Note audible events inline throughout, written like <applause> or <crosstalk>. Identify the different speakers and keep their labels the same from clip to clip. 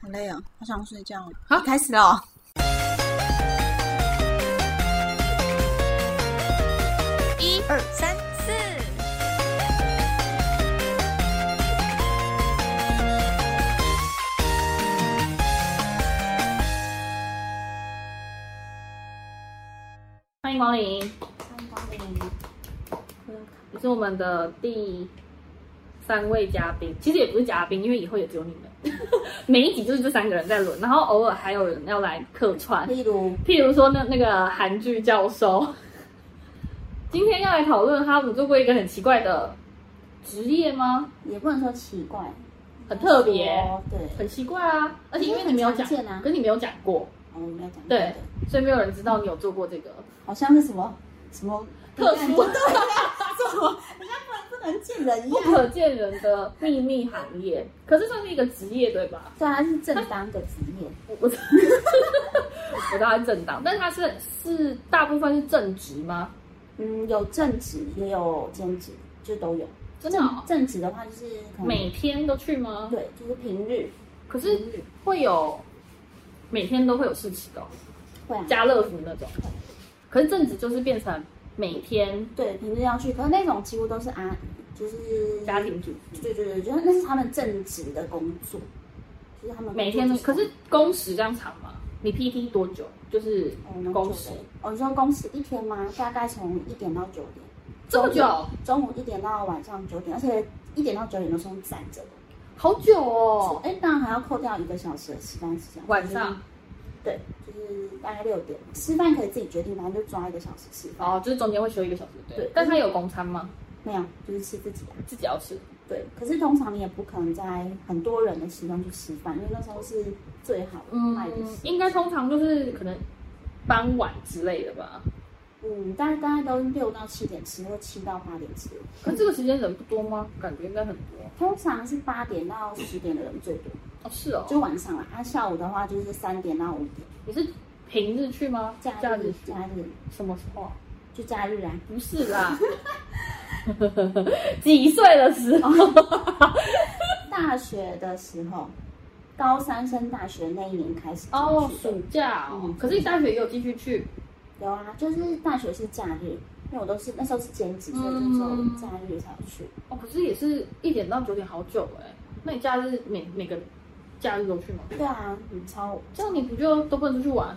Speaker 1: 好累哦，好想睡觉。
Speaker 2: 好
Speaker 1: 开始了。哦
Speaker 2: 一二三四，欢迎光临，你是我们的第三位嘉宾，其实也不是嘉宾，因为以后也只有你们， <laughs> 每一集就是这三个人在轮，然后偶尔还有人要来客串，
Speaker 1: 例如，
Speaker 2: 譬如说那那个韩剧教授，今天要来讨论哈姆做过一个很奇怪的职业吗？
Speaker 1: 也不能说奇怪，
Speaker 2: 很特别，
Speaker 1: 说对，
Speaker 2: 很奇怪啊！而且因为你没有讲
Speaker 1: 哦因为很常见，啊
Speaker 2: 跟你没有讲过，
Speaker 1: 我们没有讲过
Speaker 2: 对
Speaker 1: 的，
Speaker 2: 所以没有人知道你有做过这个
Speaker 1: 好像是什么什么
Speaker 2: 特殊
Speaker 1: 不对啊，什么人家不能不能见人一
Speaker 2: <laughs> 不
Speaker 1: 样。
Speaker 2: 可见人的秘密行业。可是算是一个职业对吧？
Speaker 1: 对啊，它是正当的职业，
Speaker 2: 我我我知道它是正当，但是它是是大部分是正职吗？
Speaker 1: 嗯，有正职也有兼职，就都有。
Speaker 2: 真的哦、
Speaker 1: 正职的话就是可能
Speaker 2: 每天都去吗？
Speaker 1: 对，就是平日
Speaker 2: 可是会有每天都会有事情的哦、
Speaker 1: 会啊，
Speaker 2: 家乐福那种。可是正职就是变成每天
Speaker 1: 对，平日要去，可是那种几乎都是阿姨，就是
Speaker 2: 家庭主妇，
Speaker 1: 对对对，就是那是他们正职的工作，就是他们
Speaker 2: 每天都。可
Speaker 1: 是
Speaker 2: 是工时哦这样长吗？你 PT 多久？就是
Speaker 1: 哦我们
Speaker 2: 工时
Speaker 1: 哦，你说工时一天吗？大概从一点到九点，
Speaker 2: 这么久，
Speaker 1: 中午一点到晚上九点，而且一点到九点都是用站着的。
Speaker 2: 好久哦。嗯
Speaker 1: 哎、当然还要扣掉一个小时的吃饭时间。
Speaker 2: 晚上
Speaker 1: 对，就是大概六点吃饭可以自己决定，反正就抓一个小时吃饭。
Speaker 2: 哦，就是中间会休一个小时，对。
Speaker 1: 对
Speaker 2: 但他有公餐吗？
Speaker 1: 没有，就是吃自己的。
Speaker 2: 自己要吃。
Speaker 1: 对，可是通常你也不可能在很多人的时段去吃饭，因为那时候是最好的
Speaker 2: 嗯
Speaker 1: 卖的时，
Speaker 2: 应该通常就是可能傍晚之类的吧。
Speaker 1: 嗯，大概大概都是六到七点吃，或七到八点吃。
Speaker 2: 可这个时间人不多吗？感觉应该很多。
Speaker 1: 通常是八点到十点的人最多，
Speaker 2: 哦，是哦。
Speaker 1: 就晚上啦。啊，下午的话就是三点到五点，
Speaker 2: 你是平日去吗？
Speaker 1: 假日
Speaker 2: 去
Speaker 1: 假日
Speaker 2: 什么时候啊？
Speaker 1: 就假日啊。 <laughs>
Speaker 2: 不是啦， <laughs> 几岁的时候？
Speaker 1: 大学的时候，高三升大学那一年开始
Speaker 2: <laughs>
Speaker 1: 进
Speaker 2: 哦，
Speaker 1: 去的
Speaker 2: 暑假哦
Speaker 1: 嗯。
Speaker 2: 可是你大学也有继续去，
Speaker 1: 有啊，就是大学是假日，因为我都是那时候是兼职，所以就只有
Speaker 2: 嗯
Speaker 1: 假日才有去。
Speaker 2: 哦，可是也是一点到九点，好久哎。那你假日每每个假日都去吗？
Speaker 1: 对啊，嗯，超。
Speaker 2: 这样你不就都不能出去玩？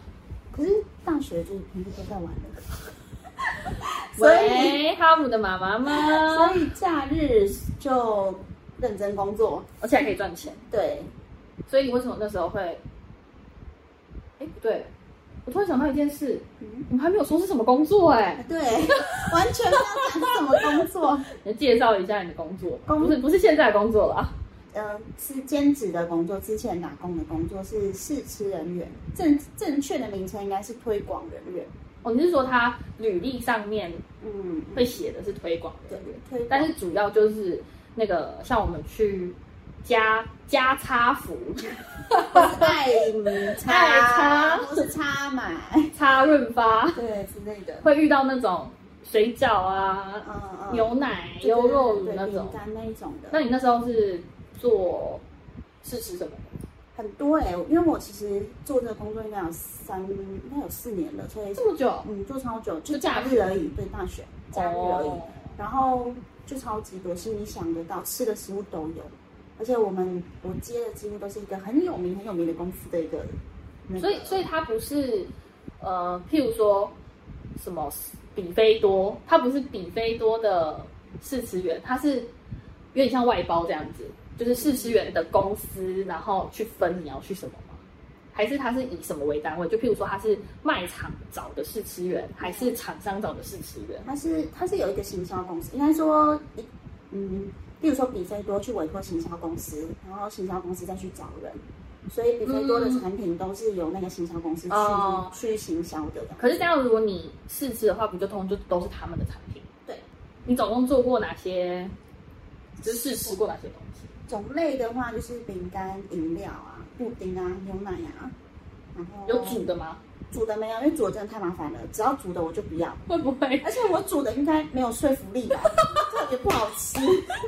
Speaker 1: 可是大学就是平时都在玩的，所以
Speaker 2: 喂，哈姆的妈妈 <laughs> 吗？
Speaker 1: 所以假日就认真工作。
Speaker 2: 而且还可以赚钱，
Speaker 1: 对，
Speaker 2: 所以你为什么那时候会？哎，不对，我突然想到一件事，
Speaker 1: 嗯，
Speaker 2: 我们还没有说是什么工作哎、
Speaker 1: 对，完全不知道讲什么工作。 <laughs>
Speaker 2: 你介绍一下你的工作，
Speaker 1: 嗯工
Speaker 2: 不是不是现在的工作啦。
Speaker 1: 呃，是兼职的工作，之前打工的工作是试吃人员，正正确的名称应该是推广人员。
Speaker 2: 哦，你是说他履历上面
Speaker 1: 嗯，
Speaker 2: 会写的是推广
Speaker 1: 对
Speaker 2: 人员，，
Speaker 1: 推
Speaker 2: 但
Speaker 1: 广
Speaker 2: 是主要就是那个像我们去加加差
Speaker 1: <laughs>
Speaker 2: 服、
Speaker 1: 爱 <laughs> 嗯
Speaker 2: 爱
Speaker 1: 擦，
Speaker 2: 擦
Speaker 1: 或是擦买，
Speaker 2: 擦润发，
Speaker 1: 对之类的。
Speaker 2: 会遇到那种水饺啊、
Speaker 1: 嗯嗯，
Speaker 2: 牛奶、
Speaker 1: 对对
Speaker 2: 优酪乳
Speaker 1: 对
Speaker 2: 那种
Speaker 1: 饼。干那一种的，
Speaker 2: 那你那时候是做是吃什么？
Speaker 1: 很多哎、因为我其实做这个工作应该有三，应该有四年了，所以
Speaker 2: 这么久？
Speaker 1: 嗯做超久，就
Speaker 2: 就假
Speaker 1: 假日而已，对，大学假日而已。
Speaker 2: 哦
Speaker 1: 然后就超级多，心里想得到吃的食物都有，而且我们我接的几乎都是一个很有名很有名的公司的一个，那个
Speaker 2: 所以，所以它不是呃，譬如说什么比菲多，它不是比菲多的试吃员，它是有点像外包这样子，就是试吃员的公司，然后去分你要去什么吗？还是它是以什么为单位？就譬如说，它是卖场找的试吃员，还是厂商找的试吃员？
Speaker 1: 它是它是有一个行销公司，应该说一嗯，比如说比菲多去委托行销公司，然后行销公司再去找人，所以比菲多的产品都是由那个行销公司去、
Speaker 2: 嗯哦
Speaker 1: 去行销的。
Speaker 2: 可是这样，如果你试吃的话，不就通通就都是他们的产品？
Speaker 1: 对，
Speaker 2: 你总共做过哪些？就是试吃过哪些东西？
Speaker 1: 种类的话就是饼干、饮料啊、布丁啊、牛奶啊，然后
Speaker 2: 有煮的吗？
Speaker 1: 煮的没有，因为煮的真的太麻烦了，只要煮的我就不要。
Speaker 2: 会不会
Speaker 1: 而且我煮的应该没有说服力吧， <laughs> 特别不好吃，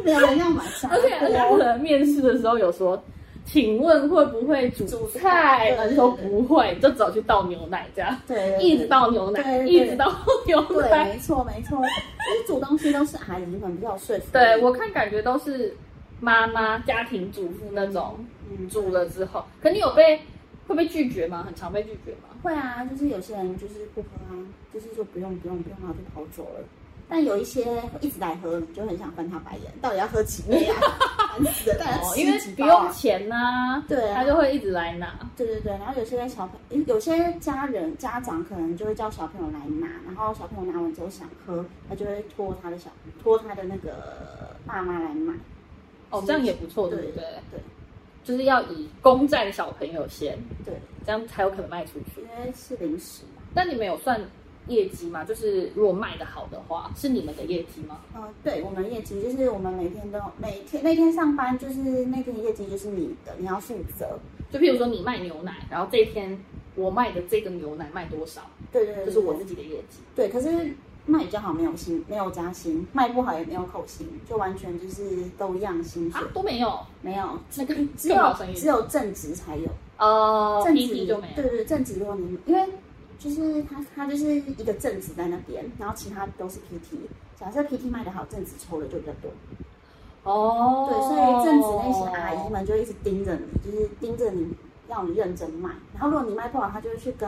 Speaker 1: 没有人要买下啊
Speaker 2: <laughs> 而且而且他可
Speaker 1: 锅。
Speaker 2: 能面试的时候有说，请问会不会煮
Speaker 1: 煮菜
Speaker 2: 菜？然后就说不会，就只好去倒牛奶这样，
Speaker 1: 对对对
Speaker 2: 一直倒牛
Speaker 1: 对
Speaker 2: 奶，
Speaker 1: 对
Speaker 2: 一直倒牛 <laughs>
Speaker 1: 对，
Speaker 2: 奶。
Speaker 1: 没错没错，就是煮东西都是阿姨们比较有说服力。
Speaker 2: 对我看感觉都是妈妈家庭主妇那种
Speaker 1: 嗯
Speaker 2: 煮了之后，可你有被会被拒绝吗？很常被拒绝吗？
Speaker 1: 会啊，就是有些人就是不喝啊，就是说不用不用不用，然后就跑走了。但有一些会一直来喝，你就很想翻他白眼，到底要喝几杯
Speaker 2: <laughs>
Speaker 1: 啊？烦死了，到底要
Speaker 2: 哦，
Speaker 1: 吃
Speaker 2: 因为
Speaker 1: 几
Speaker 2: 不
Speaker 1: 包
Speaker 2: 用
Speaker 1: 啊？
Speaker 2: 钱呐、
Speaker 1: 对啊
Speaker 2: 他就会一直来拿。
Speaker 1: 对对对，然后有些小朋有些家人家长可能就会叫小朋友来拿，然后小朋友拿完之后想喝，他就会托他的小托他的那个爸妈来买。
Speaker 2: 哦，这样也不错，
Speaker 1: 对
Speaker 2: 对不对？
Speaker 1: 对
Speaker 2: 就是要以攻占小朋友先，
Speaker 1: 对，
Speaker 2: 这样才有可能卖出去
Speaker 1: 因。为是零食嘛。
Speaker 2: 但你们有算业绩吗？就是如果卖的好的话，是你们的业绩吗？
Speaker 1: 嗯、对我们业绩就是我们每天都每天那天上班就是那天业绩就是你的，你要负责。
Speaker 2: 就譬如说你卖牛奶，然后这一天我卖的这个牛奶卖多少，
Speaker 1: 对对对，
Speaker 2: 这是我自己的业绩。
Speaker 1: 对，可是卖比较好没有薪，没有加薪；卖不好也没有扣薪，就完全就是都一样薪水，
Speaker 2: 啊，都没有，
Speaker 1: 没有。
Speaker 2: 那个
Speaker 1: 只
Speaker 2: 更
Speaker 1: 有
Speaker 2: 好生
Speaker 1: 只
Speaker 2: 意
Speaker 1: 有正职才有，
Speaker 2: 哦
Speaker 1: 正职
Speaker 2: ，PT 就没有
Speaker 1: 对对，正职如果你因为就是他他就是一个正职在那边，然后其他都是 PT。假设 PT 卖的好，正职抽的就比较多。
Speaker 2: 哦，
Speaker 1: 对，所以正职那些阿姨们就一直盯着你，就是盯着你，要你认真卖。然后如果你卖不好，他就会去跟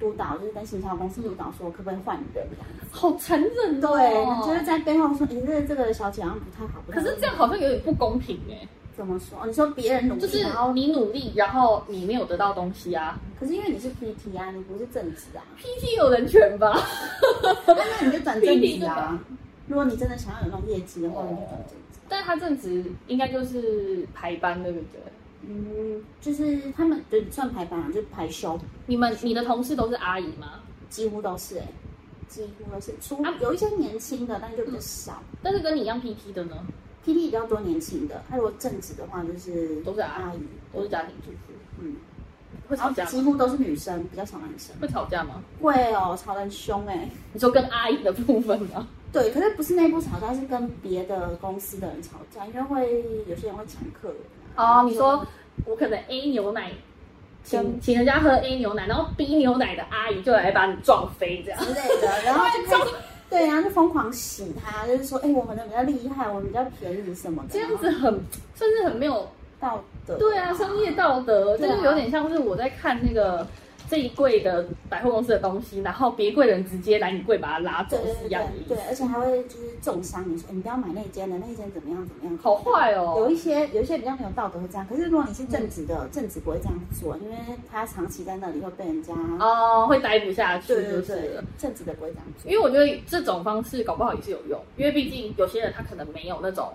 Speaker 1: 督导，就是跟行销公司督导说，可不可以换人这样子
Speaker 2: 好残忍哦的、
Speaker 1: 对，就是
Speaker 2: 是
Speaker 1: 在背后说，你、这这个小姐好像不太好。不太
Speaker 2: 可
Speaker 1: 好
Speaker 2: 是这样好像有点不公平哎、
Speaker 1: 怎么说？哦你说别人努力，
Speaker 2: 就是
Speaker 1: 然后
Speaker 2: 你努力，然后你没有得到东西啊。
Speaker 1: 可是因为你是 PT 啊，你不是正职啊，
Speaker 2: PT 有人权吧？啊
Speaker 1: 那你就转正
Speaker 2: PT
Speaker 1: 职啊。如果你真的想要有那种业绩的话，你就转正职。
Speaker 2: 但他正职应该就是排班，对不对？
Speaker 1: 嗯，就是他们对算排班啊，就是排休，
Speaker 2: 你们你的同事都是阿姨吗？
Speaker 1: 几乎都是哎、几乎都是，除
Speaker 2: 啊
Speaker 1: 有一些年轻的，但是就比较少。
Speaker 2: 但是跟你一样 PT 的呢，
Speaker 1: PT 比较多年轻的，他如果正职的话，就是
Speaker 2: 都是阿
Speaker 1: 阿姨，
Speaker 2: 都是家庭主妇，
Speaker 1: 嗯，
Speaker 2: 会吵架
Speaker 1: 然后
Speaker 2: 吗？
Speaker 1: 几乎都是女生，比较少男生。
Speaker 2: 会吵架吗？
Speaker 1: 会哦，吵得很凶哎、
Speaker 2: 你说跟阿姨的部分吗？
Speaker 1: 对，可是不是内部吵架，是跟别的公司的人吵架，因为会有些人会抢客人啊、
Speaker 2: 哦，你说我可能 A 牛奶，请
Speaker 1: 跟
Speaker 2: 请人家喝 A 牛奶，然后 B 牛奶的阿姨就来把你撞飞，这样。
Speaker 1: 之类的，
Speaker 2: <laughs>
Speaker 1: 然后就开始对，然后就疯狂洗他，就是说，哎、我们的比较厉害，我们比较便宜什么的，
Speaker 2: 这样子很算是很没有
Speaker 1: 然后道德
Speaker 2: 对啊，商业道德这
Speaker 1: 对啊
Speaker 2: 就是有点像是我在看那个这一柜的百货公司的东西，然后别柜的人直接来你柜把它拉走
Speaker 1: 对对
Speaker 2: 是
Speaker 1: 对
Speaker 2: 一样的意
Speaker 1: 对
Speaker 2: 思
Speaker 1: 对，，而且还会就是重伤你说，哎你不要买那间的，那间怎么样怎么样，
Speaker 2: 好坏
Speaker 1: 有
Speaker 2: 哦。嗯
Speaker 1: 一些有一些比较没有道德会这样，可是如果你是正直的，正直不会这样做，因为他长期在那里会被人家，
Speaker 2: 哦，会待不下去
Speaker 1: 对
Speaker 2: 就
Speaker 1: 对
Speaker 2: 是
Speaker 1: 对
Speaker 2: 了。，
Speaker 1: 正直的不会这样做
Speaker 2: 因。为我觉得这种方式搞不好也是有用，因为毕竟有些人他可能没有那种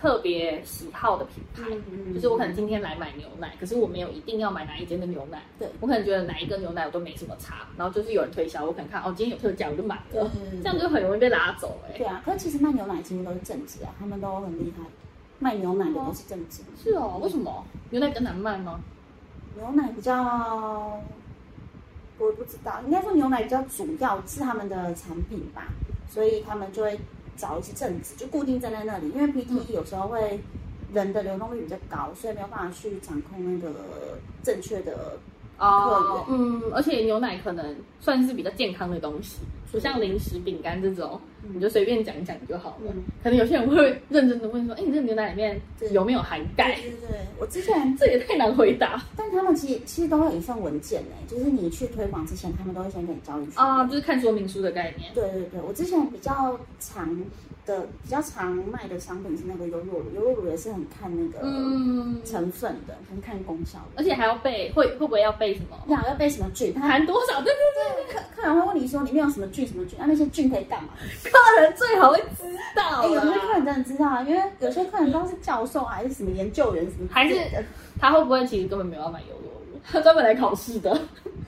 Speaker 2: 特别喜好的品牌，
Speaker 1: 嗯
Speaker 2: 就是我可能今天来买牛奶，可是我没有一定要买哪一间的牛奶，
Speaker 1: 对
Speaker 2: 我可能觉得哪一个牛奶我都没什么差，然后就是有人推销，我可能看哦今天有特价我就买了， <laughs>
Speaker 1: 嗯
Speaker 2: 这样就很容易被拉走哎、
Speaker 1: 对啊，可是其实卖牛奶几乎都是正职啊，他们都很厉害，卖牛奶的都是正职。
Speaker 2: 是哦，为什么牛奶比较难卖吗？
Speaker 1: 牛奶比较，我也不知道，应该说牛奶比较主要是他们的产品吧，所以他们就会找一些正职，就固定站在那里，因为 PT 有时候会人的流动率比较高，所以没有办法去掌控那个正确的。
Speaker 2: 哦，嗯，而且牛奶可能算是比较健康的东西，不像零食、饼干这种，你就随便讲一讲就好了。
Speaker 1: 嗯
Speaker 2: 可能有些人会认真的问说：“哎、你这个牛奶里面
Speaker 1: 对
Speaker 2: 有没有含钙 <laughs>
Speaker 1: 对对对，我之前？”，
Speaker 2: 这也太难回答
Speaker 1: 但他们其实其实都会有一份文件呢、就是你去推广之前，他们都会先给你交一份
Speaker 2: 啊、就是看说明书的概念。
Speaker 1: 对对对，我之前比较常的、比较常卖的商品是那个优酪乳，优酪乳也是很看那个
Speaker 2: 嗯，
Speaker 1: 成分的，很看功效的。
Speaker 2: 而且还要背，会会不会要背什么？
Speaker 1: 要要被什么菌？他
Speaker 2: 含多少？对对
Speaker 1: 客客人会问你说里面有什么菌什么啊菌，那、那些菌可以干嘛？
Speaker 2: 对，客人最好会知道啊
Speaker 1: 哎、有些客
Speaker 2: 啦。
Speaker 1: 人真的知道啊，因为有些客人不知道是教授啊还是什么研究员什么之
Speaker 2: 还是
Speaker 1: 类的，
Speaker 2: 他会不会其实根本没有要买优酪乳？他专门来考试的。 <laughs>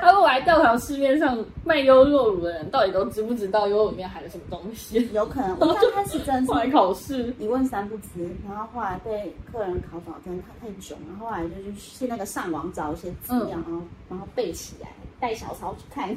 Speaker 2: 他会来调查市面上卖优酪乳的人到底都知不知道优酪乳里面含了什么东西，
Speaker 1: 有可能我刚开始
Speaker 2: <laughs>
Speaker 1: 真的
Speaker 2: 后来
Speaker 1: 是
Speaker 2: 考试。
Speaker 1: 一问三不知，然后后来被客人考倒，真的太太囧，然后后来就是
Speaker 2: 嗯
Speaker 1: 去那个上网找一些资料，然后然后背起来，带小抄去看。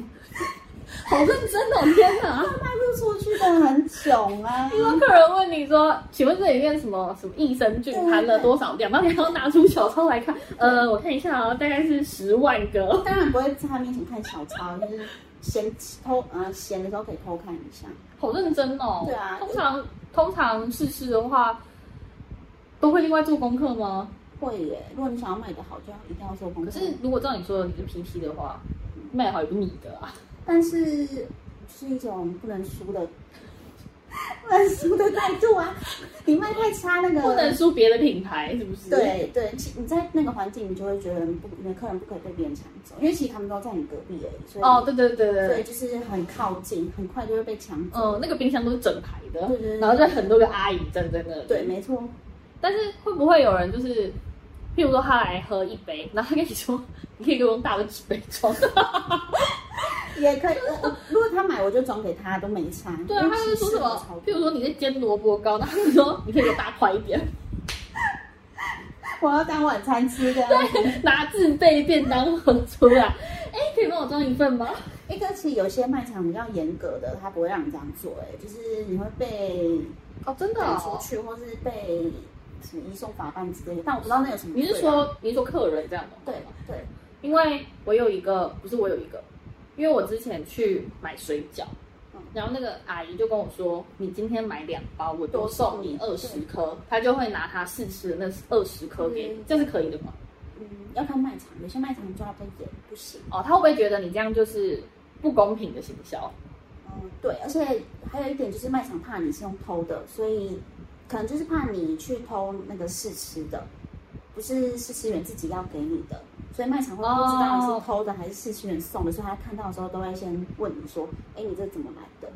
Speaker 2: 好认真哦！天哪，
Speaker 1: 卖不出去的很囧
Speaker 2: <laughs>
Speaker 1: 啊。
Speaker 2: 如果客人问你说：“请问这里面什么什么益生菌含了多少量？”然后你要拿出小抄来看，呃，我看一下啊，大概是十万个。
Speaker 1: 当然不会在他面前看小抄，就是闲偷呃闲的时候可以偷看一下。
Speaker 2: 好认真哦。
Speaker 1: 对啊
Speaker 2: 通常通常试吃的话，都会另外做功课吗？
Speaker 1: 会耶，如果你想要卖的好，就要一定要做功
Speaker 2: 可
Speaker 1: 课。
Speaker 2: 是，如果照你说的你是 PT 的话，卖好也不是你的啊。
Speaker 1: 但是是一种不能输的、不能输的态度啊！你卖太差，那个
Speaker 2: 不能输别的品牌，是不是？，
Speaker 1: 啊对对，其你在那个环境，你就会觉得不，你的客人不可以被别人抢走，因为其实他们都在你隔壁而已，所以
Speaker 2: 哦，对对对对
Speaker 1: 所以
Speaker 2: 对，
Speaker 1: 就是很靠近，很快就会被抢走。
Speaker 2: 嗯，那个冰箱都是整排的，
Speaker 1: 对对对
Speaker 2: 然后就很多个阿姨站在那里。
Speaker 1: 对，，没错，
Speaker 2: 但是会不会有人就是，譬如说他来喝一杯，然后他跟你说， <laughs> 你可以给我用大的纸杯装，
Speaker 1: 也可以。我我如果他买，我就转给他，都没差。
Speaker 2: 对啊，
Speaker 1: 因为
Speaker 2: 他就
Speaker 1: 其
Speaker 2: 是
Speaker 1: 实
Speaker 2: 说什么
Speaker 1: 我，
Speaker 2: 譬如说你在煎萝卜糕，然后他就说你可以给我大块一点，
Speaker 1: <laughs> 我要当晚餐吃的。
Speaker 2: 拿自备便当盒出来，哎，可以帮我装一份吗？
Speaker 1: 一个其实哎有些卖场比较严格的，他不会让你这样做、哎，就是你会被
Speaker 2: 哦，真的
Speaker 1: 赶出
Speaker 2: 哦。
Speaker 1: 去，或是被什么移送法办之类的。但我不知道那有什么、
Speaker 2: 你是？说你是说客人这样的？
Speaker 1: 对对，
Speaker 2: 因为我有一个，不是我有一个，因为我之前去买水饺
Speaker 1: 嗯，
Speaker 2: 然后那个阿姨就跟我说，你今天买两包，我多送你二
Speaker 1: 多
Speaker 2: 十
Speaker 1: 送
Speaker 2: 颗，她就会拿她试吃的那二十颗给你，
Speaker 1: 嗯
Speaker 2: 这是可以的吗？
Speaker 1: 嗯，要看卖场，有些卖场抓的严，不行。
Speaker 2: 哦，她会不会觉得你这样就是不公平的行销？
Speaker 1: 嗯，对，而且还有一点就是卖场怕你是用偷的，所以可能就是怕你去偷那个试吃的，不是试吃员自己要给你的，所以卖场会不知道你
Speaker 2: 哦
Speaker 1: 是偷的还是试吃员送的，所以他看到的时候都会先问你说，哎，你这怎么来的？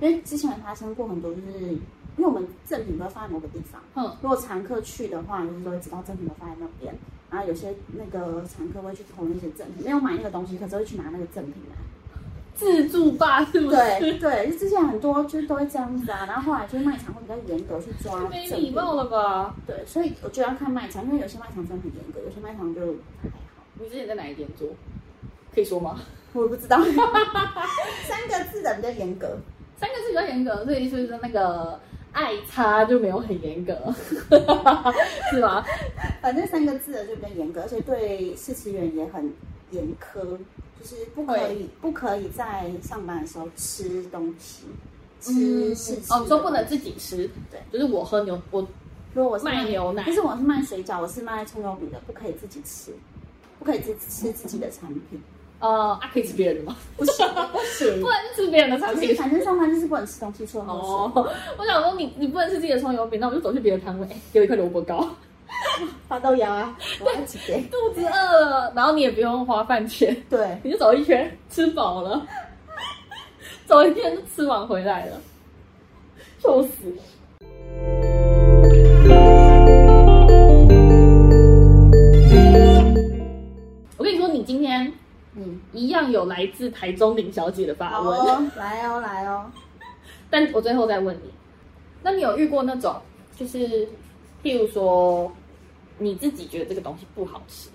Speaker 1: 因为之前发生过很多，就是因为我们赠品都会放在某个地方，
Speaker 2: 哼，
Speaker 1: 如果常客去的话，就是说知道赠品都放在那边，然后有些那个常客会去偷那些赠品，没有买那个东西，可是会去拿那个赠品来。
Speaker 2: 自助吧，是不是？ <laughs>
Speaker 1: 对对，就之前很多就是都会这样子啊，然后后来就是卖场会比较严格去抓
Speaker 2: 太
Speaker 1: 赠
Speaker 2: 没
Speaker 1: 品，
Speaker 2: 礼貌了吧？
Speaker 1: 对，所以我就要看卖场，因为有些卖场真的很严格，有些卖场就还好。
Speaker 2: 你之前在哪一间做？可以说吗？
Speaker 1: 我不知
Speaker 2: <laughs>
Speaker 1: 道，三个字的比较严格，
Speaker 2: 三个字比较严格，所以就是那个爱差就没有很严格， <laughs> 是吗？
Speaker 1: 反正三个字的就比较严格，而且对试吃员也很严苛，就是不可以不可以在上班的时候吃东西，吃试吃、
Speaker 2: 哦，你说不能。自己吃，
Speaker 1: 对，
Speaker 2: 就是我喝牛，我
Speaker 1: 如果我是
Speaker 2: 卖牛奶
Speaker 1: 不是我是卖水饺，我是卖葱油饼的，不可以自己吃，不可以自己吃自己的产品。
Speaker 2: 呃啊可以吃别人的吗？
Speaker 1: 不行不行
Speaker 2: 不，能吃别人的产
Speaker 1: 就是
Speaker 2: 品。
Speaker 1: 反正上班就是不能吃东西，除了喝
Speaker 2: <laughs> 哦，我想说你你不能吃自己的葱油饼，那我就走去别的摊位，哎，有一块萝卜糕，
Speaker 1: 水，发豆芽啊，我要几杯。
Speaker 2: <laughs> 肚子饿了，然后你也不用花饭钱， <laughs>
Speaker 1: 对，
Speaker 2: 你就走一圈，吃饱了， <laughs> 走一圈就吃完回来了，臭死了。我跟你说，你今天
Speaker 1: 嗯，
Speaker 2: 一样有来自台中林小姐的发
Speaker 1: 好
Speaker 2: 问，
Speaker 1: 哦，来哦来哦，
Speaker 2: 但我最后再问你，那你有遇过那种，就是譬如说你自己觉得这个东西不好吃，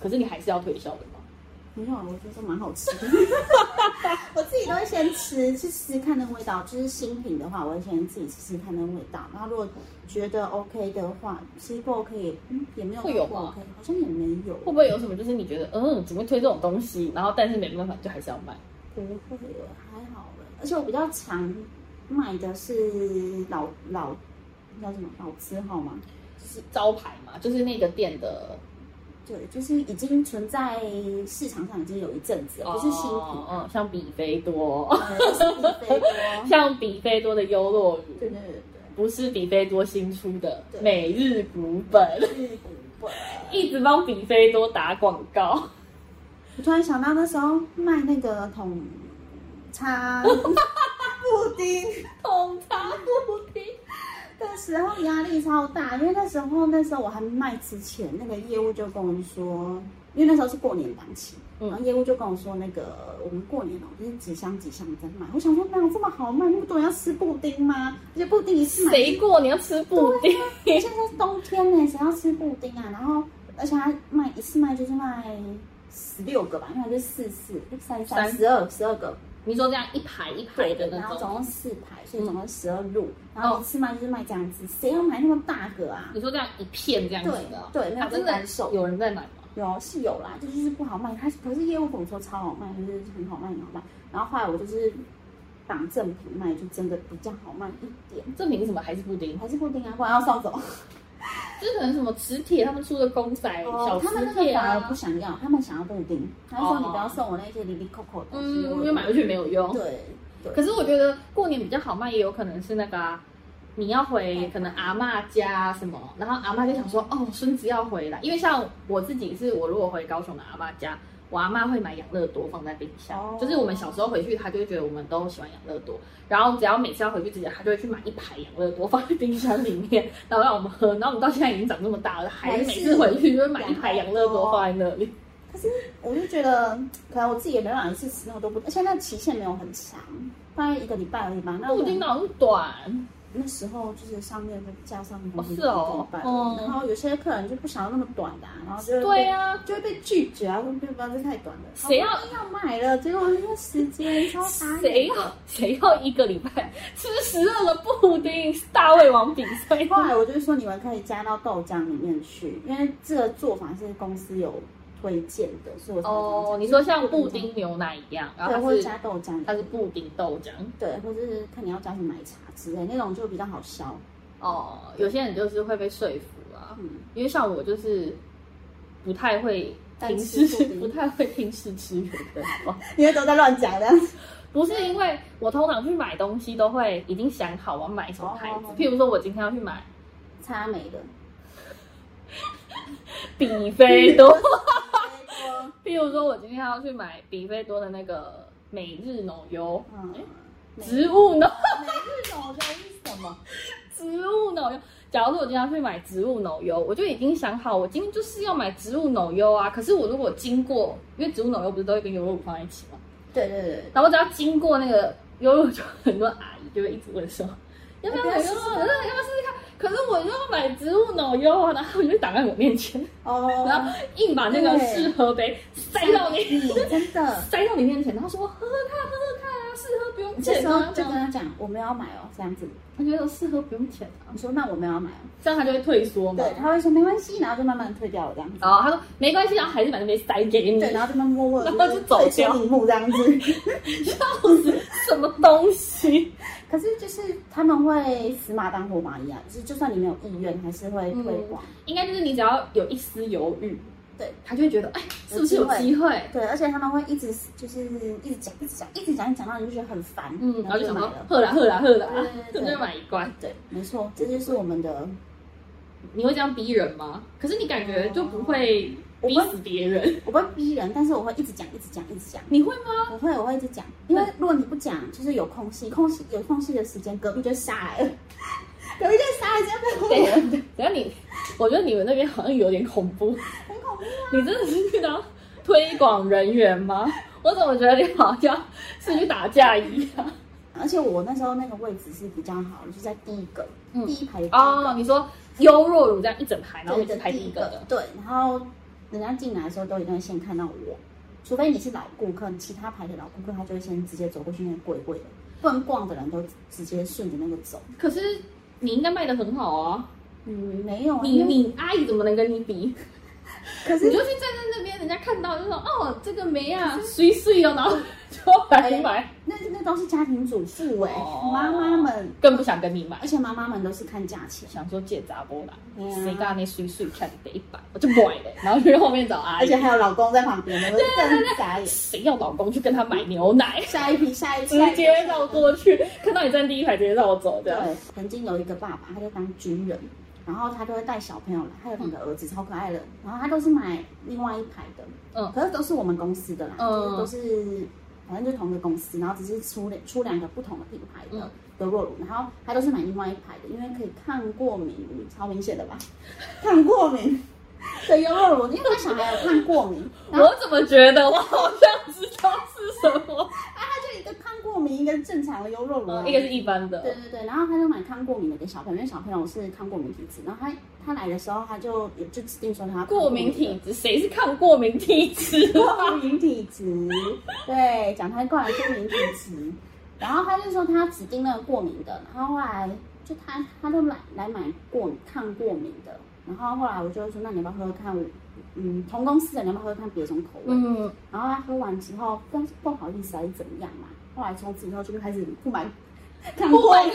Speaker 2: 可是你还是要推销的吗？
Speaker 1: 没有，我觉得蛮好吃 <laughs> 的。我自己都会先吃，去试试看那个味道。就是新品的话，我会先自己试试看那个味道。然后如果觉得 OK 的话，其实不 OK，嗯，也没有
Speaker 2: 会有
Speaker 1: 不
Speaker 2: 吗
Speaker 1: OK，好像也没有，
Speaker 2: 会不会有什么就是你觉得嗯怎么会推这种东西，然后但是没办法就还是要买？
Speaker 1: 不会，还好了。而且我比较常买的是老老叫什么老字号吗？
Speaker 2: 是招牌哦嘛，就是那个店的
Speaker 1: 对，就是已经存在市场上已经有一阵子了，不是新品，
Speaker 2: 哦嗯，像比菲多， <laughs>
Speaker 1: 呃是比菲多。
Speaker 2: 像比菲多的优酪乳，
Speaker 1: 哦对对对
Speaker 2: 不是比菲多新出的
Speaker 1: 对
Speaker 2: 每日股本， <laughs>
Speaker 1: 对，日本。
Speaker 2: 一直帮比菲多打广告。
Speaker 1: 我突然想到那时候卖那个桶叉布丁
Speaker 2: 统茶布丁，
Speaker 1: 的时候压力超大，因为那时候那时候我还没卖之前，那个业务就跟我说，因为那时候是过年档期，
Speaker 2: 嗯
Speaker 1: 然后业务就跟我说，那个我们过年哦、就是几箱几箱在卖。我想说，哪有这么好卖？那么多人要吃布丁吗？而且布丁一次买
Speaker 2: 谁过年要吃布丁？
Speaker 1: 现在是冬天呢，谁要吃布丁啊？然后，而且他卖一次卖就是卖十六个吧，因为它就四四三三
Speaker 2: 三
Speaker 1: 十二十二个，
Speaker 2: 你说这样一排一排
Speaker 1: 对
Speaker 2: 的
Speaker 1: 的，
Speaker 2: 那
Speaker 1: 然后总
Speaker 2: 种，
Speaker 1: 共四排，所以总共十二路，
Speaker 2: 嗯
Speaker 1: 然后一次卖就是卖这样子，谁要买那么大个啊？
Speaker 2: 你说这样一片这样子
Speaker 1: 对
Speaker 2: 的，
Speaker 1: 对，没
Speaker 2: 啊
Speaker 1: 有
Speaker 2: 真
Speaker 1: 在
Speaker 2: 的
Speaker 1: 单售，
Speaker 2: 有人在买吗？
Speaker 1: 有是有啦，这就是不好卖。它可是业务跟我说超好卖，就是很好卖，很好卖。然后后来我就是绑正品卖，就真的比较好卖一点。
Speaker 2: 正品是什么还是布丁？
Speaker 1: 还是布丁啊，不然要送走。
Speaker 2: 就是可能什么磁铁他们出的公仔、小
Speaker 1: 哦他们那
Speaker 2: 磁
Speaker 1: 个
Speaker 2: 铁
Speaker 1: 反而哦
Speaker 2: 啊
Speaker 1: 不，想要，他们想要布丁。他说你不要送我那些零零扣扣的东西，
Speaker 2: 嗯，
Speaker 1: 我
Speaker 2: 因为买回去没有用。
Speaker 1: 对对。
Speaker 2: 可是我觉得过年比较好卖，也有可能是那个啊、你要回可能阿嬷家什么，然后阿嬷就想说，哦，孙子要回来，因为像我自己是我如果回高雄的阿嬷家，我阿嬷会买养乐多放在冰箱，
Speaker 1: 哦
Speaker 2: 就是我们小时候回去，她就会觉得我们都喜欢养乐多，然后只要每次要回去之前，她就会去买一排养乐多放在冰箱里面，然后让我们喝，然后 <laughs> 我们到现在已经长这么大了，还是每次回去就会买一排养乐多放在那里，
Speaker 1: 我就觉得，可能我自己也没办法一次吃那么多布丁，而且那期限没有很长，大概一个礼拜而已吧。那
Speaker 2: <laughs> 布
Speaker 1: 我
Speaker 2: 丁哪有那么短？
Speaker 1: 那时候就是上面的加上
Speaker 2: 哦
Speaker 1: 东西
Speaker 2: 是哦
Speaker 1: 一个礼拜
Speaker 2: 嗯
Speaker 1: 然后有些客人就不想要那么短的啊、然后就会被
Speaker 2: 对啊，
Speaker 1: 就会被拒绝啊，说不要这太短了，
Speaker 2: 谁要
Speaker 1: 好不哎容易要买了，结果那个时间超傻
Speaker 2: 谁
Speaker 1: 眼。
Speaker 2: 要谁要一个礼拜吃十二个布丁？是大胃王比赛
Speaker 1: 后
Speaker 2: 吗？
Speaker 1: 来我就说你们可以加到豆浆里面去，因为这个做法是公司有推荐的，所以我才
Speaker 2: 哦，你说像布丁牛奶一样，然
Speaker 1: 这样讲对，
Speaker 2: 后
Speaker 1: 或
Speaker 2: 它
Speaker 1: 者
Speaker 2: 是
Speaker 1: 加豆浆，
Speaker 2: 它是布丁豆浆。
Speaker 1: 对，或者是看你要加什么奶茶之类，那种就比较好消。 <laughs>
Speaker 2: 哦，有些人就是会被说服啊，
Speaker 1: 嗯，
Speaker 2: 因为像我就是不太会
Speaker 1: 但
Speaker 2: 听
Speaker 1: 吃
Speaker 2: 试 <laughs>
Speaker 1: 布丁
Speaker 2: 不太会听试吃人的话。
Speaker 1: 因为都在乱讲的。
Speaker 2: 不是因为我通常去买东西都会已经想好我要买什么牌子
Speaker 1: 哦，
Speaker 2: 譬如说我今天要去买
Speaker 1: 擦眉
Speaker 2: <laughs>
Speaker 1: 的，
Speaker 2: 比菲多。 <laughs>
Speaker 1: 嗯
Speaker 2: 譬如说，我今天要去买比菲多的那个每日浓油，，
Speaker 1: 美
Speaker 2: 植物浓
Speaker 1: 每嗯日浓油是什
Speaker 2: <laughs>
Speaker 1: 么？
Speaker 2: 植物浓油。假如说我今天要去买植物浓油，我就已经想好，我今天就是要买植物浓油啊。可是我如果经过，因为植物浓油不是都会跟优酪乳放在一起吗？
Speaker 1: 对对对，
Speaker 2: 然后我只要经过那个优酪乳，就很多阿姨就会一直问说，要不要买优酪乳？
Speaker 1: 要不要试试看
Speaker 2: 要不要试试看？可是我就要买植物浓油啊，然后你就挡在我面前，然
Speaker 1: 哦，
Speaker 2: 后硬把那个
Speaker 1: 对
Speaker 2: 试喝杯塞到你
Speaker 1: 你真
Speaker 2: <laughs>
Speaker 1: 的，
Speaker 2: 塞到你面前，然后说喝喝看，喝喝看啊，试喝不用
Speaker 1: 你这
Speaker 2: 钱
Speaker 1: 时候
Speaker 2: 啊，这
Speaker 1: 就跟
Speaker 2: 样。
Speaker 1: 他讲我们要买哦，这样子，
Speaker 2: 他觉得试喝不用钱啊，
Speaker 1: 你说那我们要买哦，
Speaker 2: 这样他就会退缩嘛。
Speaker 1: 对，他会说没关系，然后就慢慢退掉了这样子，
Speaker 2: 然后他说没关系，然后还是把那杯塞给你，
Speaker 1: 对，然后就慢慢默默地
Speaker 2: 嗯然后就走掉
Speaker 1: 退出荧幕这样
Speaker 2: <laughs>
Speaker 1: 子。
Speaker 2: 什么东西？
Speaker 1: 可是就是他们会死马当活马医啊，就是就算你没有意愿，还是
Speaker 2: 嗯
Speaker 1: 会推广。
Speaker 2: 应该就是你只要有一丝犹豫，
Speaker 1: 对，
Speaker 2: 他就会觉得哎，是不是有机会？
Speaker 1: 对，而且他们会一直就是一直讲，一直讲，一直讲，讲到你就觉得很烦，
Speaker 2: 嗯，然后就想
Speaker 1: 买
Speaker 2: 说
Speaker 1: 了。
Speaker 2: 喝啦喝啦喝啦
Speaker 1: 对，
Speaker 2: 就
Speaker 1: 对对
Speaker 2: 就买一罐。
Speaker 1: 对，没错，这就是我们的，
Speaker 2: <laughs> 你会这样逼人吗？可是你感觉就不会逼死
Speaker 1: <laughs>
Speaker 2: 别人，
Speaker 1: 我不会逼人，但是我会一直讲，一直讲，一直讲。
Speaker 2: 你会吗？
Speaker 1: 我会，我会一直讲，因为如果你不讲，就是有空
Speaker 2: 嗯
Speaker 1: 隙，空隙有空隙的时间，隔壁就杀来了， <laughs> 隔壁就杀来，这
Speaker 2: 等一下
Speaker 1: 样，
Speaker 2: 等一下你，我觉得你们那边好像有点恐怖。
Speaker 1: 很恐怖。啊
Speaker 2: 你真的是去当推广人员吗？ <laughs> 我怎么觉得你好像是去打架一
Speaker 1: <laughs>
Speaker 2: 样？
Speaker 1: 而且我那时候那个位置是比较好，就是在第一个，
Speaker 2: 嗯
Speaker 1: 第一排的第一
Speaker 2: 哦，
Speaker 1: 个
Speaker 2: 你说优若乳这样一整排，然后
Speaker 1: 对
Speaker 2: 你是排第一个的，
Speaker 1: 对，然后人家进来的时候都一定会先看到我，除非你是老顾客，其他排的老顾客他就会先直接走过去那个柜位了，不能逛的人都直接顺着那个走。
Speaker 2: 可是你应该卖的很好啊！
Speaker 1: 嗯，没有啊，
Speaker 2: 你
Speaker 1: 因为
Speaker 2: 你阿姨怎么能跟你比？
Speaker 1: 可
Speaker 2: 你
Speaker 1: 是
Speaker 2: 就去站在那边，人家看到就说哦，这个没啊，水水哦，然后就来买，
Speaker 1: 那那都是家庭主妇哎、
Speaker 2: 哦
Speaker 1: 妈妈们，
Speaker 2: 更不想跟你买
Speaker 1: 而。且妈妈们都是看价钱，
Speaker 2: 想说借杂波啦，
Speaker 1: 对啊
Speaker 2: 谁干那水水看得一百，我就买了，然后就去后面找阿
Speaker 1: 而且
Speaker 2: 姨，
Speaker 1: 还有老公在旁边，我们
Speaker 2: 啊
Speaker 1: 更傻眼。
Speaker 2: 谁要老公去跟她买牛
Speaker 1: <laughs>
Speaker 2: 奶？
Speaker 1: 下一批，下一批，
Speaker 2: 直接绕过去，看到你站第一排，直接绕走这样。
Speaker 1: 对，曾经有一个爸爸，他就当军人，然后他就会带小朋友来，他有两个儿子，超可爱的。然后他都是买另外一排的，
Speaker 2: 嗯
Speaker 1: 可是都是我们公司的啦，
Speaker 2: 嗯
Speaker 1: 就是都是反正就同一个公司，然后只是出两出两个不同的品牌的
Speaker 2: 嗯
Speaker 1: 优酪乳，然后他都是买另外一排的，因为可以抗过敏，超明显的吧？ <laughs> 抗过敏的优酪 <laughs> 乳，因为他小孩有抗过敏，然后
Speaker 2: 我怎么觉得我好像知道是什么？
Speaker 1: 他就一个抗过敏，一个是正常的优酪乳啊、
Speaker 2: 嗯，一个是一般的，
Speaker 1: 对对对，然后他就买抗过敏的给小朋友，因为小朋友是抗过敏体质，然后他他来的时候他就有就指定说他要
Speaker 2: 过敏体质，谁是抗过敏体质？
Speaker 1: 过敏体质，对，讲太快了，过敏体质。然后他就说他指定那个过敏的，然后后来就他他就来来买过抗过敏的，然后后来我就说那你要不要喝喝看我？嗯，同公司的你要不要喝喝看别种口味？
Speaker 2: 嗯，
Speaker 1: 然后他喝完之后，但是不好意思还是怎样嘛，后来从此以后就开始不买 <laughs> 抗
Speaker 2: 不
Speaker 1: 过
Speaker 2: 买
Speaker 1: 敏。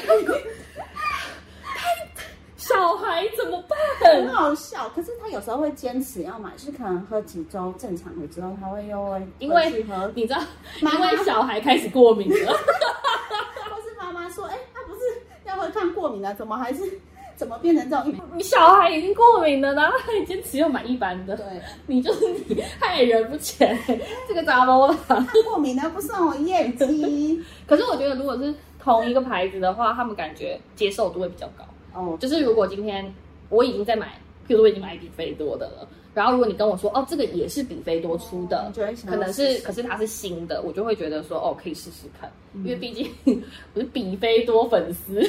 Speaker 2: 小孩怎么办？
Speaker 1: 很好笑，可是他有时候会坚持要买，就是可能喝几周正常了之后，他会又会
Speaker 2: 因为
Speaker 1: 回去喝，
Speaker 2: 你知道，
Speaker 1: 妈
Speaker 2: 因
Speaker 1: 妈
Speaker 2: 为小孩开始过敏了， <laughs>
Speaker 1: 或是妈妈说，哎、他不是要喝抗过敏的，怎么还是 <laughs> 怎么变成这种？
Speaker 2: 你小孩已经过敏了，然后他还坚持要买一般的，
Speaker 1: 对，
Speaker 2: 你就是你害人不浅， <laughs> 这个杂毛啦。
Speaker 1: 抗过敏的不送我业
Speaker 2: <laughs>
Speaker 1: 绩
Speaker 2: 可是我觉得，如果是同一个牌子的话，他们感觉接受度会比较高。
Speaker 1: 哦，
Speaker 2: 就是如果今天我已经在买，譬如说我已经买比菲多的了，然后如果你跟我说哦，这个也是比菲多出的，
Speaker 1: 就会想
Speaker 2: 可
Speaker 1: 要
Speaker 2: 能
Speaker 1: 试
Speaker 2: 是
Speaker 1: 试
Speaker 2: 可是它是新的，我就会觉得说哦，可以试试看，因为毕竟 <laughs> 我是比菲多粉丝，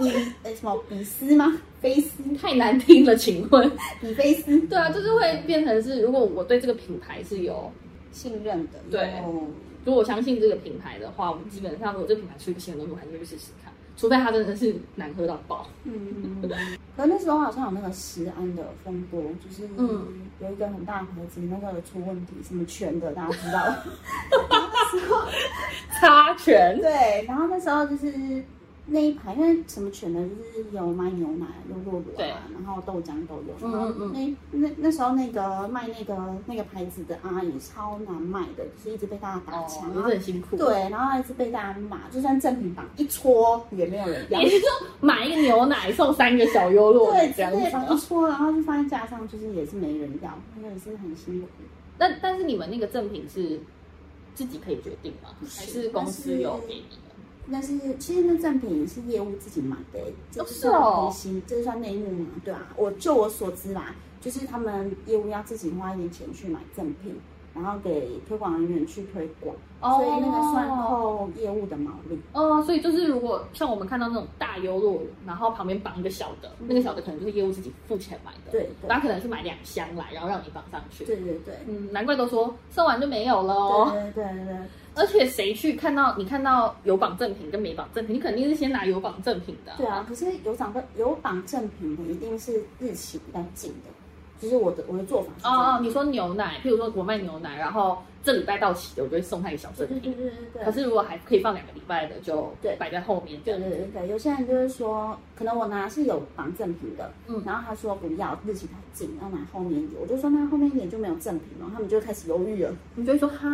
Speaker 1: 比 <laughs> 呃什么比斯吗？菲斯
Speaker 2: <laughs> 太难听了，请问？
Speaker 1: 比菲斯
Speaker 2: 对啊，就是会变成是，如果我对这个品牌是有，
Speaker 1: 信任的，
Speaker 2: 对
Speaker 1: 哦
Speaker 2: 如果我相信这个品牌的话，我基本上如果这个品牌出一个新的东西，我还是会去试试看，除非它真的是难喝到爆。
Speaker 1: 嗯，可那时候好像有那个食安的风波，就是
Speaker 2: 嗯
Speaker 1: 有一个很大的牌子那个出问题，什么全的大家知道了。那时候
Speaker 2: 擦拳，
Speaker 1: 对，然后那时候就是那一排，因为什么犬的，就是有卖牛奶、优酪乳
Speaker 2: 对
Speaker 1: 啊，然后豆浆都有。
Speaker 2: 嗯
Speaker 1: 然后
Speaker 2: 嗯
Speaker 1: 那那那时候那个卖那个那个牌子的阿姨超难卖的，就是一直被大家打
Speaker 2: 哦，
Speaker 1: 枪。然
Speaker 2: 你是
Speaker 1: 后
Speaker 2: 很辛苦。
Speaker 1: 对，然后还是被大家骂，就算正品榜一戳也没有人要。
Speaker 2: 也是说买一个牛奶送三个小优酪
Speaker 1: 对
Speaker 2: 乳，这样
Speaker 1: 之类吧一
Speaker 2: 子。
Speaker 1: 戳，然后就放在架上，就是也是没人要，那个也是很辛苦。
Speaker 2: 但但是你们那个赠品是自己可以决定吗？
Speaker 1: 不是
Speaker 2: 还是公司有给你的？
Speaker 1: 但是其实那赠品是业务自己买的、这
Speaker 2: 哦
Speaker 1: 就是算
Speaker 2: 哦
Speaker 1: 黑心，这就算内幕嘛，对啊，我就我所知啦，就是他们业务要自己花一点钱去买赠品，然后给推广人员去推广，所以那个算扣业务的毛利。
Speaker 2: 哦，所以就是如果像我们看到那种大优酪乳，然后旁边绑一个小的，那个小的可能就是业务自己付钱买的，
Speaker 1: 对对
Speaker 2: 然后可能是买两箱来，然后让你绑上去。
Speaker 1: 对对对，
Speaker 2: 嗯，难怪都说送完就没有了哦。
Speaker 1: 对对对对，
Speaker 2: 而且谁去看到你看到有绑赠品跟没绑赠品，你肯定是先拿有绑赠品的、
Speaker 1: 对啊，，可是有长辈有绑正品的，一定是日期比较近的，就是我的我的做法是这样
Speaker 2: 哦哦，你说牛奶，譬如说我卖牛奶，然后这礼拜到期的，我就会送他一个小赠
Speaker 1: 对对
Speaker 2: 品。
Speaker 1: 对对对对。
Speaker 2: 可是如果还可以放两个礼拜的，就
Speaker 1: 对
Speaker 2: 摆在后面。
Speaker 1: 对对对对，有些人就是说，可能我拿是有绑赠品的，
Speaker 2: 嗯
Speaker 1: 然后他说不要，日期太近，要拿后面一点。我就说那后面一点就没有赠品了，他们就开始犹豫了。
Speaker 2: 你就会说哈，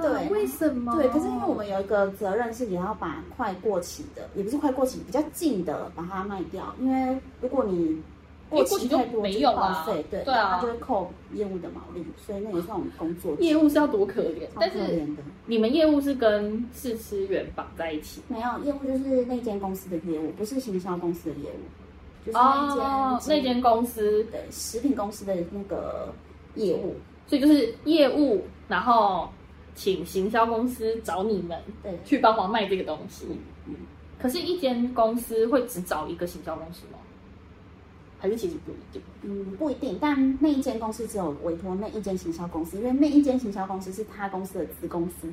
Speaker 1: 对
Speaker 2: 为什么？
Speaker 1: 对，可是因为我们有一个责任是也要把快过期的，也不是快过期，比较近的把它卖掉，因为如果你过期太多
Speaker 2: 因为过期就没有
Speaker 1: 报
Speaker 2: 啦
Speaker 1: 废，对，
Speaker 2: 对啊
Speaker 1: 它就会扣业务的毛利，所以那也算我们工作。
Speaker 2: 业务是要多可怜，
Speaker 1: 超可
Speaker 2: 但是
Speaker 1: 怜的，
Speaker 2: 你们业务是跟试吃员绑在一起。
Speaker 1: 没有业务就是那间公司的业务，不是行销公司的业务，就是那
Speaker 2: 哦，
Speaker 1: 间
Speaker 2: 那间公司，
Speaker 1: 对食品公司的那个业务，
Speaker 2: 所以就是业务，然后请行销公司找你们
Speaker 1: 对，
Speaker 2: 去帮忙卖这个东西。
Speaker 1: 嗯
Speaker 2: 可是，一间公司会只找一个行销公司吗？还是其实不一定？
Speaker 1: 嗯，不一定，但那一间公司只有委托那一间行销公司，因为那一间行销公司是他公司的子公司。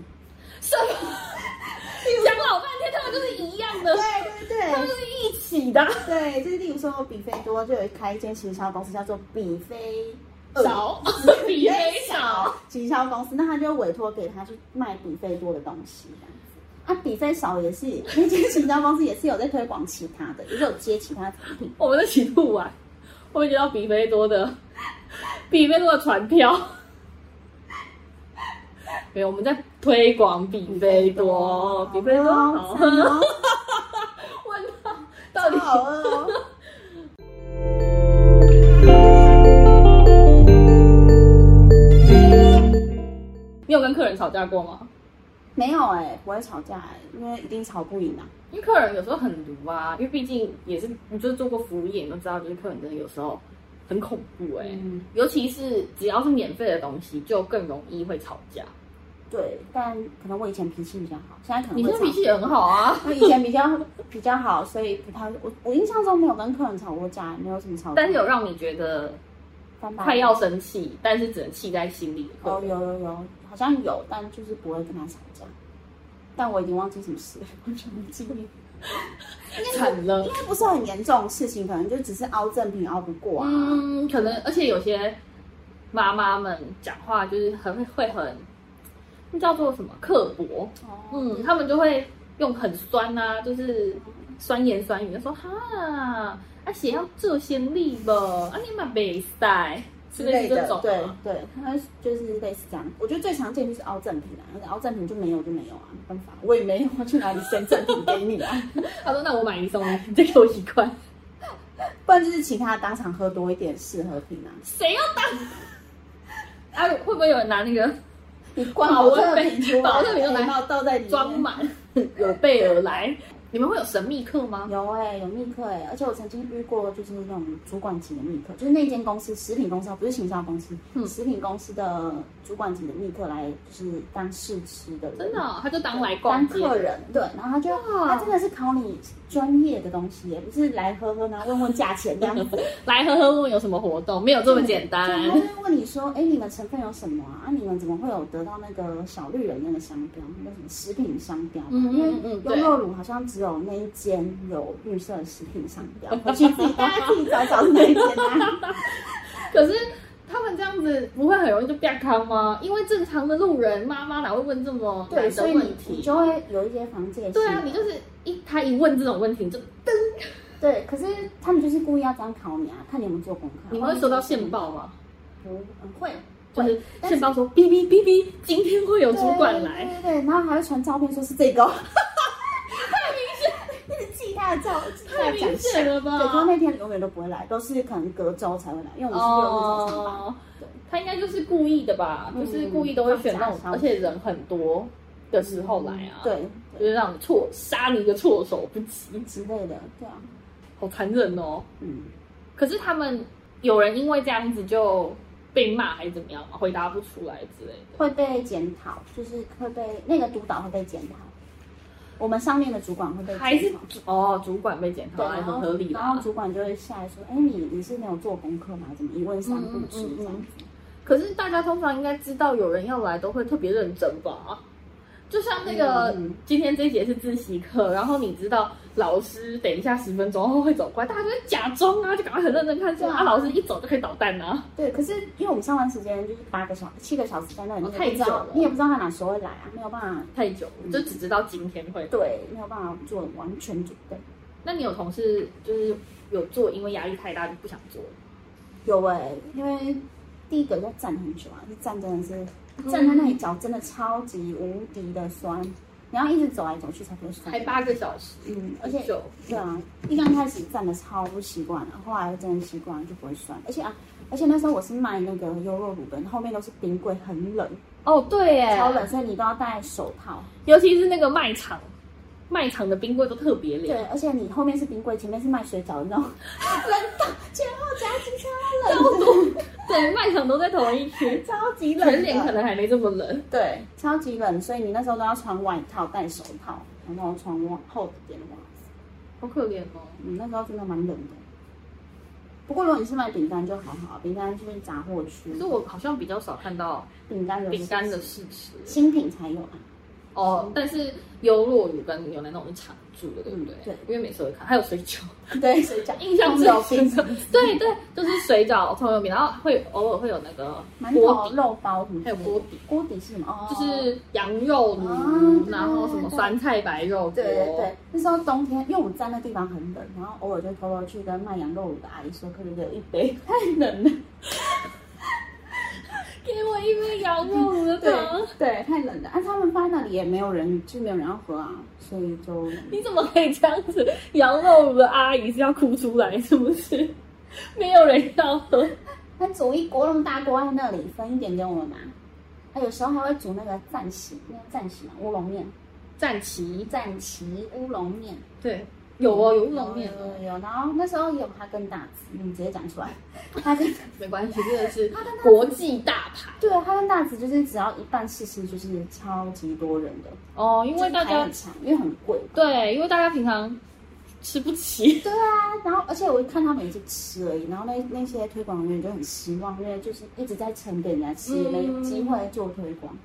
Speaker 2: 什么？讲老半天，他们就是一样的，
Speaker 1: 对
Speaker 2: 他
Speaker 1: 对
Speaker 2: 们就是一起的。
Speaker 1: 对，就是例如说比菲多就有开一间行销公司叫做比菲二
Speaker 2: <laughs> 少，比黑少。
Speaker 1: 行销公司，那他就委托给他去卖比菲多的东西。这样子啊，比菲少也是那间行销公司也是有在推广其他的，也是有接其他产品。
Speaker 2: 我们在起录完，我们接到比菲多的比菲多的传票。 <laughs> 没有，我们在推广比菲多，比菲多哦好
Speaker 1: 好
Speaker 2: 喝。
Speaker 1: 哦
Speaker 2: 问他到底
Speaker 1: 好饿哦。
Speaker 2: 你有跟客人吵架过吗？
Speaker 1: 没有哎、不会吵架、欸，因为一定吵不赢啊。
Speaker 2: 因为客人有时候很毒啊，因为毕竟也是你就是做过服务业，你都知道，就是客人真的有时候很恐怖哎、
Speaker 1: 嗯
Speaker 2: 尤其是只要是免费的东西，就更容易会吵架。
Speaker 1: 对，但可能我以前脾气比较好，现在可能
Speaker 2: 你
Speaker 1: 会
Speaker 2: 现在脾
Speaker 1: 吵
Speaker 2: 气也很好啊，
Speaker 1: 我以前比较比较好，所以不太我我印象中没有跟客人吵过架，没有什么吵架，
Speaker 2: 但是有让你觉得
Speaker 1: 翻白眼
Speaker 2: 快要生气，但是只能气在心里的客
Speaker 1: 哦
Speaker 2: 人。
Speaker 1: 有有有，好像有，但就是不会跟他吵架。但我已经忘记什么事了，完全没记
Speaker 2: 嗯
Speaker 1: 忆。
Speaker 2: 惨了
Speaker 1: 应。该不是很严重的事情，可能就只是凹正品凹不过啊。
Speaker 2: 嗯，可能而且有些妈妈们讲话就是很会很，那叫做什么刻薄，
Speaker 1: 哦，
Speaker 2: 嗯，他们就会用很酸啊，就是酸言酸语，就说哈，啊写要做先例吧，啊你嘛没赛，
Speaker 1: 之
Speaker 2: 是类
Speaker 1: 类
Speaker 2: 似这
Speaker 1: 的
Speaker 2: 种，，
Speaker 1: 对对，他就是类似这样。我觉得最常见就是凹正品啊，而且凹正品就没有就没有啊，没办法，我也没有我去哪里生正品给你啊。
Speaker 2: 他说那我买一送一，你再给我一块，
Speaker 1: 不然就是请他当场喝多一点四合品啊，
Speaker 2: 谁要当？ <laughs> 啊，会不会有人拿那个
Speaker 1: 你灌好特
Speaker 2: 杯
Speaker 1: 瓶出来，
Speaker 2: 保特瓶都拿
Speaker 1: 哎然后倒在里面
Speaker 2: 装满， <laughs> 有备而来？你们会有神秘客吗？
Speaker 1: 有哎、有密客哎、而且我曾经遇过，就是那种主管级的密客，就是那间公司食品公司，不是行销公司，
Speaker 2: 嗯
Speaker 1: 食品公司的主管级的密客来，就是当试吃的人，
Speaker 2: 真的哦、他就当来逛
Speaker 1: 当
Speaker 2: 街，
Speaker 1: 客人，对，然后他就、他
Speaker 2: 哇
Speaker 1: 真的是考你专业的东西耶，不是来喝喝然后问问价钱这样子，
Speaker 2: 来喝喝问有什么活动，没有 <laughs> 这么简
Speaker 1: 对
Speaker 2: <laughs> 单
Speaker 1: 他。就问你说，哎，你们成分有什么啊？啊，你们怎么会有得到那个小绿人那个商标，那个什么食品商标吧？
Speaker 2: 嗯嗯
Speaker 1: 因为
Speaker 2: 嗯对
Speaker 1: 优酪乳好像只有那一间有绿色食品商标，回去自己大家自己找找是哪一间
Speaker 2: <laughs>
Speaker 1: 啊？
Speaker 2: 可是他们这样子不会很容易就变康吗？因为正常的路人妈妈哪会问这么
Speaker 1: 对，
Speaker 2: 难的
Speaker 1: 所以你
Speaker 2: 问
Speaker 1: 你
Speaker 2: 题？
Speaker 1: 就会有一些防戒心。
Speaker 2: 对啊，你就是一他一问这种问题，你就
Speaker 1: 对，可是他们就是故意要这样考你啊，看你有没有做功课。
Speaker 2: 你们会收到线报吗？
Speaker 1: 不？嗯，会。
Speaker 2: 哦就是
Speaker 1: 但是
Speaker 2: 线报说哔哔哔哔，今天会有主管来，
Speaker 1: 对对对，然后还会传照片说是这个哦，太明显，一直记他的照，记他
Speaker 2: 太
Speaker 1: 的
Speaker 2: 明
Speaker 1: 奖项。
Speaker 2: 显了
Speaker 1: 对，然后
Speaker 2: 吧？
Speaker 1: 那天永远都不会来，都是可能隔周才会来，因为我们是六日才上班。
Speaker 2: 哦，他应该就是故意的吧？
Speaker 1: 嗯
Speaker 2: 就是故意都会选那种
Speaker 1: 放，假
Speaker 2: 而且人很多的时候来啊，，
Speaker 1: 对
Speaker 2: 就是让你措杀你一个措手不及，
Speaker 1: 之类的，对啊，
Speaker 2: 好残忍哦。
Speaker 1: 嗯，
Speaker 2: 可是他们有人因为这样子就被骂还是怎么样吗？回答不出来之类的。
Speaker 1: 会被检讨，就是会被那个督导会被检讨，我们上面的主管会被检讨
Speaker 2: 还是主哦，主管被检讨，
Speaker 1: 对，
Speaker 2: 还
Speaker 1: 然
Speaker 2: 很
Speaker 1: 后
Speaker 2: 合理
Speaker 1: 然后
Speaker 2: 啦。
Speaker 1: 主管就会下来说，哎，你你是没有做功课吗？怎么一问三不知
Speaker 2: 嗯嗯嗯嗯
Speaker 1: 这样子？
Speaker 2: 可是大家通常应该知道有人要来都会特别认真吧？就像那个、
Speaker 1: 嗯嗯
Speaker 2: 今天这一节是自习课，然后你知道老师等一下十分钟后会走过来，大家就会假装啊，就赶快很认真看书
Speaker 1: 对啊
Speaker 2: 啊，老师一走就可以捣蛋啊。
Speaker 1: 对，可是因为我们上班时间就是八个小七个小时在那里，
Speaker 2: 哦
Speaker 1: 你也不知
Speaker 2: 太久
Speaker 1: 道
Speaker 2: 了
Speaker 1: 你也不知道他哪时候会来啊，没有办法，
Speaker 2: 太久了，就只知道今天会。
Speaker 1: 对，没有办法做完全准备。
Speaker 2: 那你有同事就是有做，因为压力太大就不想做了
Speaker 1: 有哎、因为第一个要站很久啊，这站真的
Speaker 2: 嗯
Speaker 1: 是站在那里脚真的超级无敌的酸，你要一直走来走去才不会酸
Speaker 2: 还。八个小时，
Speaker 1: 嗯，而且
Speaker 2: 久。
Speaker 1: 对啊，一刚开始站的超不习惯的，后来真的习惯了就不会酸。而且啊，而且那时候我是卖那个优酪乳的，后面都是冰柜，很冷，
Speaker 2: 哦，对耶，
Speaker 1: 超冷，所以你都要戴手套。
Speaker 2: 尤其是那个卖场，卖场的冰柜都特别
Speaker 1: 对
Speaker 2: 凉，，
Speaker 1: 而且你后面是冰柜，前面是卖水饺，你知道 <laughs> 吗？冷到前后夹击超冷，
Speaker 2: 对，卖场都在同一区，
Speaker 1: 超级冷的，
Speaker 2: 全脸可能还没这么冷。
Speaker 1: 对，超级冷，所以你那时候都要穿外套、戴手套，然后穿往厚一点的袜子。
Speaker 2: 好可怜哦。
Speaker 1: 嗯，那时候真的蛮冷的。不过如果你是卖饼干就还好，饼干就是杂货区
Speaker 2: 可是，我好像比较少看到
Speaker 1: 饼干有
Speaker 2: 嗯饼干的试吃
Speaker 1: 新品才
Speaker 2: <laughs>
Speaker 1: 有啊。
Speaker 2: 哦，但是优酪乳跟牛奶那种是常驻的，对不对？
Speaker 1: 嗯对
Speaker 2: 因为每次会看，还有水饺，
Speaker 1: 对，水饺
Speaker 2: <laughs> 印象最
Speaker 1: 有
Speaker 2: 深
Speaker 1: 冰
Speaker 2: 刻。对对，就是水饺、葱油饼，然后会偶尔会有那个
Speaker 1: 馒
Speaker 2: 锅
Speaker 1: 头、
Speaker 2: 底，
Speaker 1: 肉包什么
Speaker 2: 还
Speaker 1: 之类的，
Speaker 2: 有锅底。
Speaker 1: 锅底是什么？哦，
Speaker 2: 就是羊肉炉，
Speaker 1: 哦对
Speaker 2: 然后什么酸菜白肉锅，
Speaker 1: 对对对，那时候冬天，因为我们站那地方很冷，然后偶尔就偷偷去跟卖羊肉乳的阿姨说，可不可以给我一杯？太冷了，
Speaker 2: 给我一杯羊肉炉
Speaker 1: <laughs>
Speaker 2: 的
Speaker 1: <laughs> 对
Speaker 2: 糖。
Speaker 1: 对，太冷了。啊，他们放在那里也没有人，就没有人要喝啊，所以就
Speaker 2: 你怎么可以这样子？羊肉炉的阿姨是要哭出来是不是？没有人要喝，
Speaker 1: 他煮一锅那么大锅在那里，分一点给我们拿。他有时候还会煮那个赞喜，那个赞喜嘛，乌龙面，
Speaker 2: 战旗
Speaker 1: 赞岐乌龙面，
Speaker 2: 对，有哦，有乌龙面哦，
Speaker 1: 有有有，然后那时候有哈根达斯，你直接讲出来，哈根
Speaker 2: 没关系，真的是国际大牌
Speaker 1: <laughs> 对啊哈根达斯就是只要一办事情就是超级多人的，
Speaker 2: 哦，因为
Speaker 1: 就
Speaker 2: 大
Speaker 1: 是排
Speaker 2: 家
Speaker 1: 很长，因为很贵。
Speaker 2: 对，因为大家平常吃不起，
Speaker 1: 对啊，然后而且我一看他们也是吃而已，然后那那些推广人员就很失望，因为就是一直在撑给人家吃，也没
Speaker 2: 嗯
Speaker 1: 有机会做推广。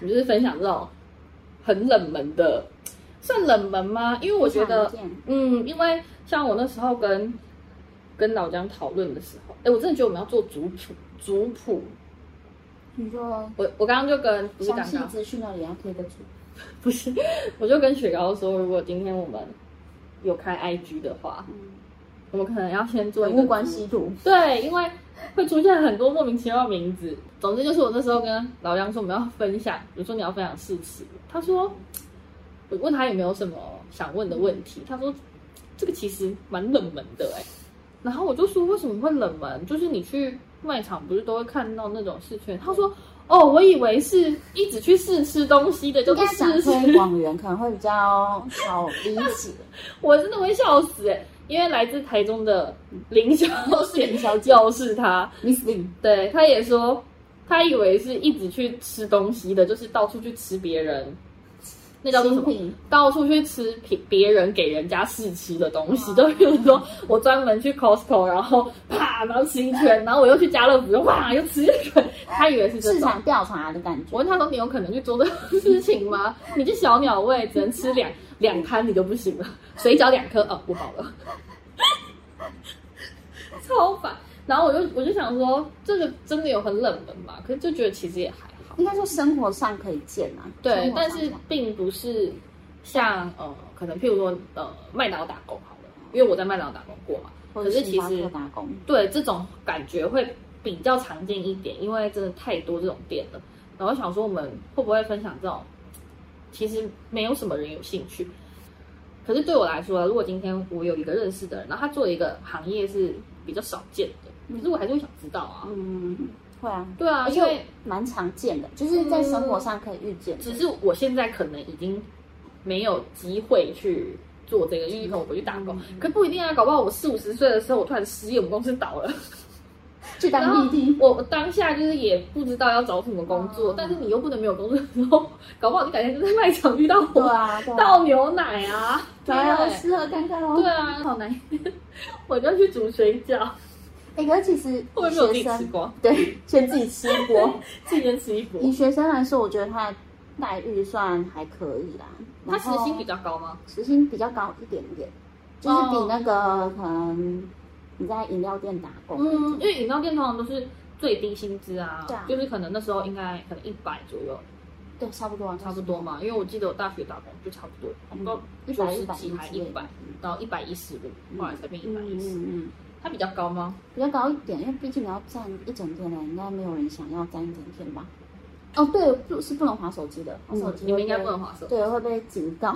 Speaker 2: 我就是分享这种很冷门的，算冷门吗？因为我觉得
Speaker 1: 不常见
Speaker 2: 嗯，因为像我那时候跟跟老姜讨论的时候，哎，我真的觉得我们要做族谱，族谱。
Speaker 1: 你说
Speaker 2: 我我刚刚就跟不是
Speaker 1: 详
Speaker 2: 刚
Speaker 1: 细
Speaker 2: 刚
Speaker 1: 资讯那里要贴得住，
Speaker 2: 不是，我就跟雪糕说，如果今天我们有开 IG 的话，
Speaker 1: 嗯，
Speaker 2: 我们可能要先做一
Speaker 1: 人
Speaker 2: 个
Speaker 1: 物关系图，
Speaker 2: 对，因为会出现很多莫名其妙的名字。总之就是我那时候跟老杨说我们要分享，比如说你要分享事情，他说我问他有没有什么想问的问题，他说这个其实蛮冷门的哎、然后我就说为什么会冷门？就是你去卖场不是都会看到那种试圈？他说哦，我以为是一直去试吃东西的，
Speaker 1: 应
Speaker 2: 就
Speaker 1: 该
Speaker 2: 是
Speaker 1: 讲
Speaker 2: 试吃。
Speaker 1: 推广员可能会比较好理解。
Speaker 2: <laughs> 我真的会笑死哎、因为来自台中的林小姐
Speaker 1: 林小姐
Speaker 2: 又是他。
Speaker 1: Miss Lin，
Speaker 2: 对，他也说，他以为是一直去吃东西的，就是到处去吃别人，那叫做什
Speaker 1: 新
Speaker 2: 么？
Speaker 1: 品
Speaker 2: 到处去吃别别人给人家试吃的东西，就比如说我专门去 Costco，然后啪，然后吃一圈，然后我又去家乐福，又哇，又吃一圈。他以为是这
Speaker 1: 市
Speaker 2: 种。
Speaker 1: 场调查的感
Speaker 2: 我
Speaker 1: 觉，
Speaker 2: 问他说：“你有可能去做这种事情吗？ <laughs> 你去小鸟胃只能吃两 <laughs> 两摊，你就不行了，水饺两颗，哦，不好了， <laughs> 超烦。”然后我就我就想说，这个真的有很冷门嘛？可是就觉得其实也还好，
Speaker 1: 应该说生活上可以见啊。
Speaker 2: 对
Speaker 1: 生，活
Speaker 2: 但
Speaker 1: 上
Speaker 2: 是并不是像呃，可能譬如说呃，麦当劳打工好了，因为我在麦当劳打工过嘛，
Speaker 1: 或
Speaker 2: 可
Speaker 1: 者是
Speaker 2: 是其
Speaker 1: 星巴
Speaker 2: 实
Speaker 1: 克打工，
Speaker 2: 对这种感觉会比较常见一点，因为真的太多这种店了。然后想说我们会不会分享这种，其实没有什么人有兴趣。可是对我来说，如果今天我有一个认识的人，然后他做了一个行业是比较少见的，可是我还是会想知道啊。
Speaker 1: 嗯，会啊，
Speaker 2: 对啊，
Speaker 1: 而
Speaker 2: 因为嗯
Speaker 1: 且蛮常见的，就是在生活上可以遇见的。
Speaker 2: 只是我现在可能已经没有机会去做这个，因为可能我回去打工，
Speaker 1: 嗯
Speaker 2: 可不一定啊，搞不好我四五十岁的时候，我突然失业，我们公司倒了。
Speaker 1: 去
Speaker 2: 然后
Speaker 1: 当弟弟，
Speaker 2: 我我当下就是也不知道要找什么工作，
Speaker 1: 嗯
Speaker 2: 但是你又不能没有工作的时候，搞不好你改天就在卖场遇到
Speaker 1: 对
Speaker 2: 我
Speaker 1: 啊， <laughs> 对啊，
Speaker 2: 倒牛奶啊，对
Speaker 1: 来哦，适合看看哦。
Speaker 2: 对啊，好奶， <laughs> 我就去煮水饺，
Speaker 1: 哎，可是其实
Speaker 2: 会不会
Speaker 1: 以
Speaker 2: 被我自己
Speaker 1: 学
Speaker 2: 吃
Speaker 1: 生
Speaker 2: 光？
Speaker 1: 对先自己吃一波，
Speaker 2: 自己先吃一
Speaker 1: <laughs>
Speaker 2: 波
Speaker 1: 以。学生来说，我觉得他的待遇算还可以啦。
Speaker 2: 他时薪比
Speaker 1: 较
Speaker 2: 较高吗？
Speaker 1: 时薪比较高一点点，就是比那个可能你在饮料店打工，
Speaker 2: 哦嗯，因为饮料店通常都是最低薪资啊，
Speaker 1: 对啊
Speaker 2: 就是可能那时候应该可能一百左右，
Speaker 1: 对，差不多啊，
Speaker 2: 差不多嘛。因为我记得我大学打工就差不多，
Speaker 1: 嗯
Speaker 2: 到
Speaker 1: 一
Speaker 2: 九
Speaker 1: 百
Speaker 2: 十
Speaker 1: 一百
Speaker 2: 几
Speaker 1: 一
Speaker 2: 还
Speaker 1: 之
Speaker 2: 一
Speaker 1: 类的
Speaker 2: 百，然后一百一十五，后来才变一
Speaker 1: 嗯
Speaker 2: 百一
Speaker 1: 嗯
Speaker 2: 十。
Speaker 1: 嗯。
Speaker 2: 它比较高吗？
Speaker 1: 比较高一点，因为毕竟你要站一整天了，应该没有人想要站一整天吧？哦，对，不是不能划手机的，划手机、
Speaker 2: 哦嗯你们应该不能划手机。
Speaker 1: 对会被警告，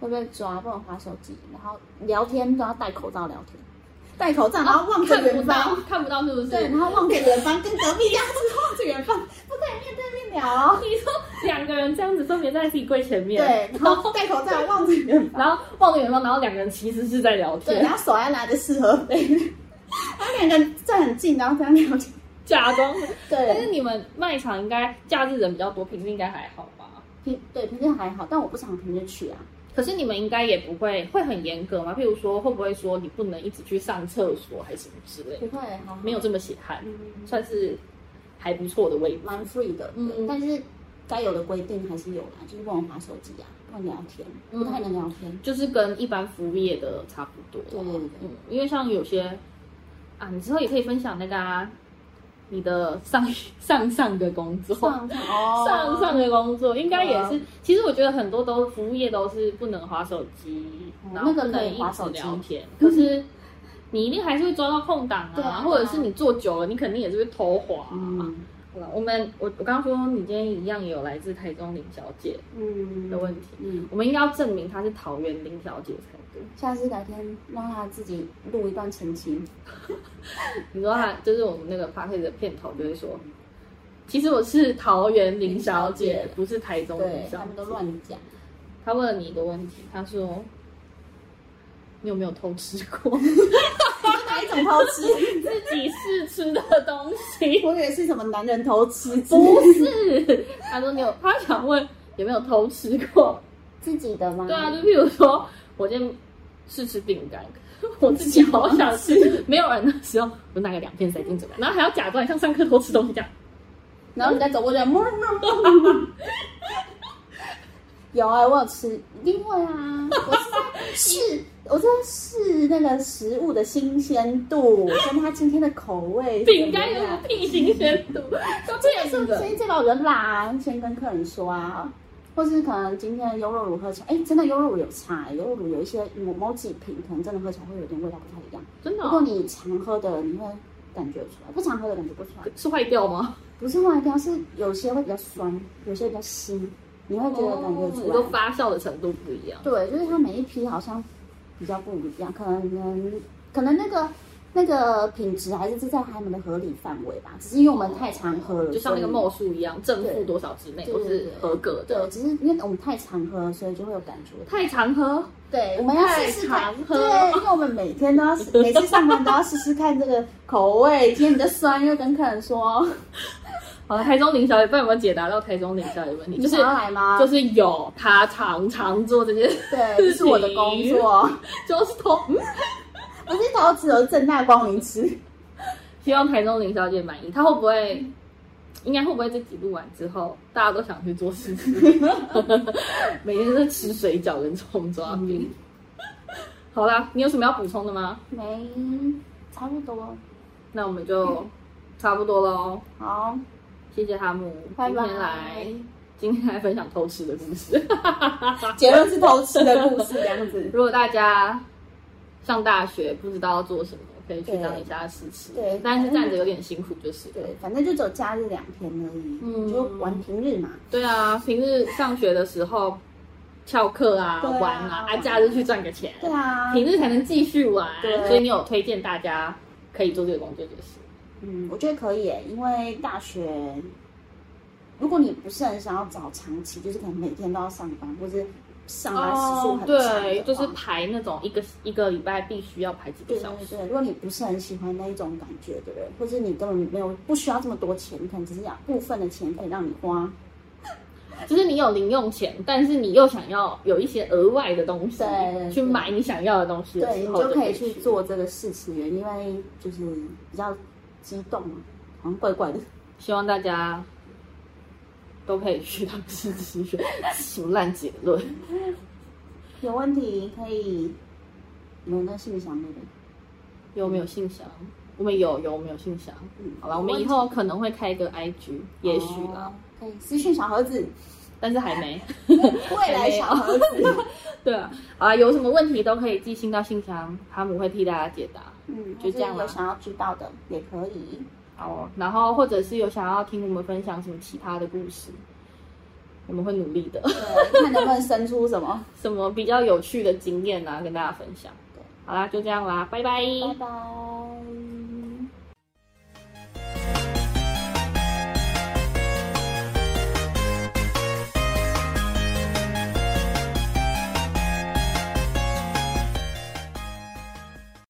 Speaker 1: 会被抓，不能划手机，然后聊天都要戴口罩聊天，戴口罩，然后望着
Speaker 2: 看不
Speaker 1: 远
Speaker 2: 到
Speaker 1: 方，，
Speaker 2: 啊看不到是不是？
Speaker 1: <laughs> 对，然后望着远方，跟隔壁一样，就是望着远方，不可以面对面聊哦，
Speaker 2: 你说两个人这样子分别在自己柜前面，，
Speaker 1: 对，然后戴口罩望着远方，
Speaker 2: 然后望着远方，然后两个人其实是在聊
Speaker 1: 对，
Speaker 2: 天
Speaker 1: 然，后手还拿着四合杯， <laughs> 然后两个人站很近，然后这样聊天，
Speaker 2: 假装。但
Speaker 1: 对。
Speaker 2: 是你们卖场应该假日人比较多，平时应该还好吧？
Speaker 1: 平对平日还好，但我不常平日去啊。
Speaker 2: 可是你们应该也不会会很严格吗？譬如说，会不会说你不能一直去上厕所，还是什么之类的？
Speaker 1: 不会，还好
Speaker 2: 没有，这么血汗，
Speaker 1: 嗯，
Speaker 2: 算是还不错的位置。
Speaker 1: 蛮 free 的，
Speaker 2: 嗯
Speaker 1: 嗯，但是该有的规定还是有啦，就是不能划手机啊，不能聊天，
Speaker 2: 嗯
Speaker 1: 不太能聊天。
Speaker 2: 就是跟一般服务业的差不多。
Speaker 1: 对对对
Speaker 2: 嗯，因为像有些啊，你之后也可以分享那个啊，你的上上上的工作，
Speaker 1: 上
Speaker 2: 上
Speaker 1: 上哦，
Speaker 2: <laughs> 上的工作应该也是。其实我觉得很多都服务业都是不能划手机，
Speaker 1: 哦
Speaker 2: 然后
Speaker 1: 那个
Speaker 2: 不能
Speaker 1: 可以
Speaker 2: 一
Speaker 1: 滑
Speaker 2: 直
Speaker 1: 手机
Speaker 2: 聊天，可是。你一定还是会抓到空档啊，
Speaker 1: 对啊
Speaker 2: 或者是你做久了，你肯定也是会偷滑、啊。
Speaker 1: 嗯
Speaker 2: 好了，我们我我刚刚说你今天一样也有来自台中林小姐
Speaker 1: 嗯
Speaker 2: 的问题，
Speaker 1: 嗯，
Speaker 2: 我们应该要证明她是桃园林小姐才对。
Speaker 1: 下次改天让他自己录一段澄清，
Speaker 2: 你说他就是我们那个 p a r t y 的片头就会说，其实我是桃园林小姐，不是台中林
Speaker 1: 对
Speaker 2: 小
Speaker 1: 他们都
Speaker 2: 姐。
Speaker 1: 乱讲。 <laughs>
Speaker 2: 他问了你一个问题，他说：“你有没有偷吃 <laughs> 过
Speaker 1: 哪一种偷吃？
Speaker 2: 自己试吃的东西
Speaker 1: <laughs> 我以为是什么男人偷吃？”
Speaker 2: <laughs> 不是，他说你有，他想问有没有偷吃过？
Speaker 1: 自己的吗？
Speaker 2: 对啊，就譬如说，我今天试吃饼干， <laughs> 我自己好想吃，没有人的时候，我拿个两片塞进嘴巴，然后还要假装像上课偷吃东西这样。
Speaker 1: <laughs> 然后你再走过去，摸摸摸。有啊、我有吃，一定会啊！我是在试，我在试那个食物的新鲜度，跟它今天的口味怎么样。
Speaker 2: 饼干有什么屁新鲜度？都这样
Speaker 1: 是
Speaker 2: 子
Speaker 1: 不是
Speaker 2: 的。
Speaker 1: 这个我就辣，先跟客人说啊，或是可能今天的优酪乳喝起来，哎，真的优酪乳有差，优酪乳有一些某某几瓶可能真的喝起来会有点味道不太一样。
Speaker 2: 真的
Speaker 1: 如
Speaker 2: 哦、
Speaker 1: 果你常喝的，你会感觉出来；不常喝的感觉不出来。
Speaker 2: 是坏掉吗？
Speaker 1: 不是外掉，是有些会比较酸，有些比较腥，你会觉得感觉
Speaker 2: 哦你
Speaker 1: 出来。
Speaker 2: 说发酵的程度不一样。
Speaker 1: 对，就是它每一批好像比较不一样，可能可能那个那个品质还是在他们的合理范围吧，只是因为我们太常喝了，
Speaker 2: 就像那个
Speaker 1: 所以
Speaker 2: 墨数一样，正负多少之内
Speaker 1: 对
Speaker 2: 都是合格的。
Speaker 1: 对，只是因为我们太常喝了，所以就会有感觉。
Speaker 2: 太常喝，
Speaker 1: 对，我们要试试看
Speaker 2: 太常，喝
Speaker 1: 对，因为我们每天都要试，每次上班都要试试看这个口味。今天比较酸，又跟客人说，
Speaker 2: 好了，台中林小姐，不然我们解答到台中林小姐的问题，
Speaker 1: 你
Speaker 2: <laughs> 就是
Speaker 1: 想要来吗？
Speaker 2: 就是有她常常做这件，
Speaker 1: 对，这是我的工作，
Speaker 2: <laughs> 就是偷。嗯
Speaker 1: 不是投资，而是正大光明吃。
Speaker 2: 希望台中林小姐满意，她会不会？应该会不会这集录完之后，大家都想去做事
Speaker 1: <laughs>
Speaker 2: 情，每天都在吃水饺跟葱抓饼。
Speaker 1: 嗯
Speaker 2: 好啦，你有什么要补充的吗？
Speaker 1: 没，差不多。
Speaker 2: 那我们就差不多喽。
Speaker 1: 好，
Speaker 2: 谢谢哈姆，
Speaker 1: 拜拜
Speaker 2: 今天来，今天来分享偷吃的故事。 <laughs>
Speaker 1: 结论是偷吃的故事这样子。
Speaker 2: 如果大家上大学不知道要做什么，可以去当一下试吃，
Speaker 1: 对
Speaker 2: 但是站着有点辛苦就是。
Speaker 1: 对，反正就走假日两天而已，
Speaker 2: 嗯
Speaker 1: 就玩平日嘛。
Speaker 2: 对啊，平日上学的时候翘课啊、
Speaker 1: 对啊
Speaker 2: 玩啊，啊假日去赚个钱，
Speaker 1: 对啊，
Speaker 2: 平日才能继续玩。
Speaker 1: 对
Speaker 2: 所以你有推荐大家可以做这个工作就是。
Speaker 1: 嗯，我觉得可以耶，因为大学，如果你不是很想要找长期，就是可能每天都要上班，或是上班时数很长的话、
Speaker 2: 哦对，就是排那种一个一个礼拜必须要排几个
Speaker 1: 对
Speaker 2: 小
Speaker 1: 对
Speaker 2: 时。
Speaker 1: 对，如果你不是很喜欢那一种感觉的人，或是你根本没有不需要这么多钱，你可能只是要部分的钱可以让你花，
Speaker 2: 就是你有零用钱，但是你又想要有一些额外的东西
Speaker 1: 对对对
Speaker 2: 去买你想要的东西的
Speaker 1: 对你
Speaker 2: 时候，
Speaker 1: 就可
Speaker 2: 可
Speaker 1: 以去。做这个事情了，因为就是比较激动嘛，好像怪怪的。
Speaker 2: 希望大家都可以去当试吃学， <laughs> 什么烂结论？
Speaker 1: 有问题可以有那信箱那个，
Speaker 2: 有没有信箱？我们有有没有信箱？
Speaker 1: 嗯
Speaker 2: 好了，我们以后可能会开一个 IG，也许啦，
Speaker 1: 哦可以私讯小盒 <laughs> 子，
Speaker 2: 但是还没。
Speaker 1: 未
Speaker 2: <laughs>
Speaker 1: 来小盒子。
Speaker 2: 对啊，啊，有什么问题都可以寄信到信箱，哈姆会替大家解答。
Speaker 1: 嗯， <laughs>
Speaker 2: 就这样啦
Speaker 1: 有想要知道的也可以。
Speaker 2: 好哦，然后或者是有想要听我们分享什么其他的故事，我们会努力的。 <laughs>
Speaker 1: 对，看能不能生出什么。
Speaker 2: 什么比较有趣的经验啊，跟大家分享。好啦，就这样啦，拜拜
Speaker 1: <laughs> 拜拜。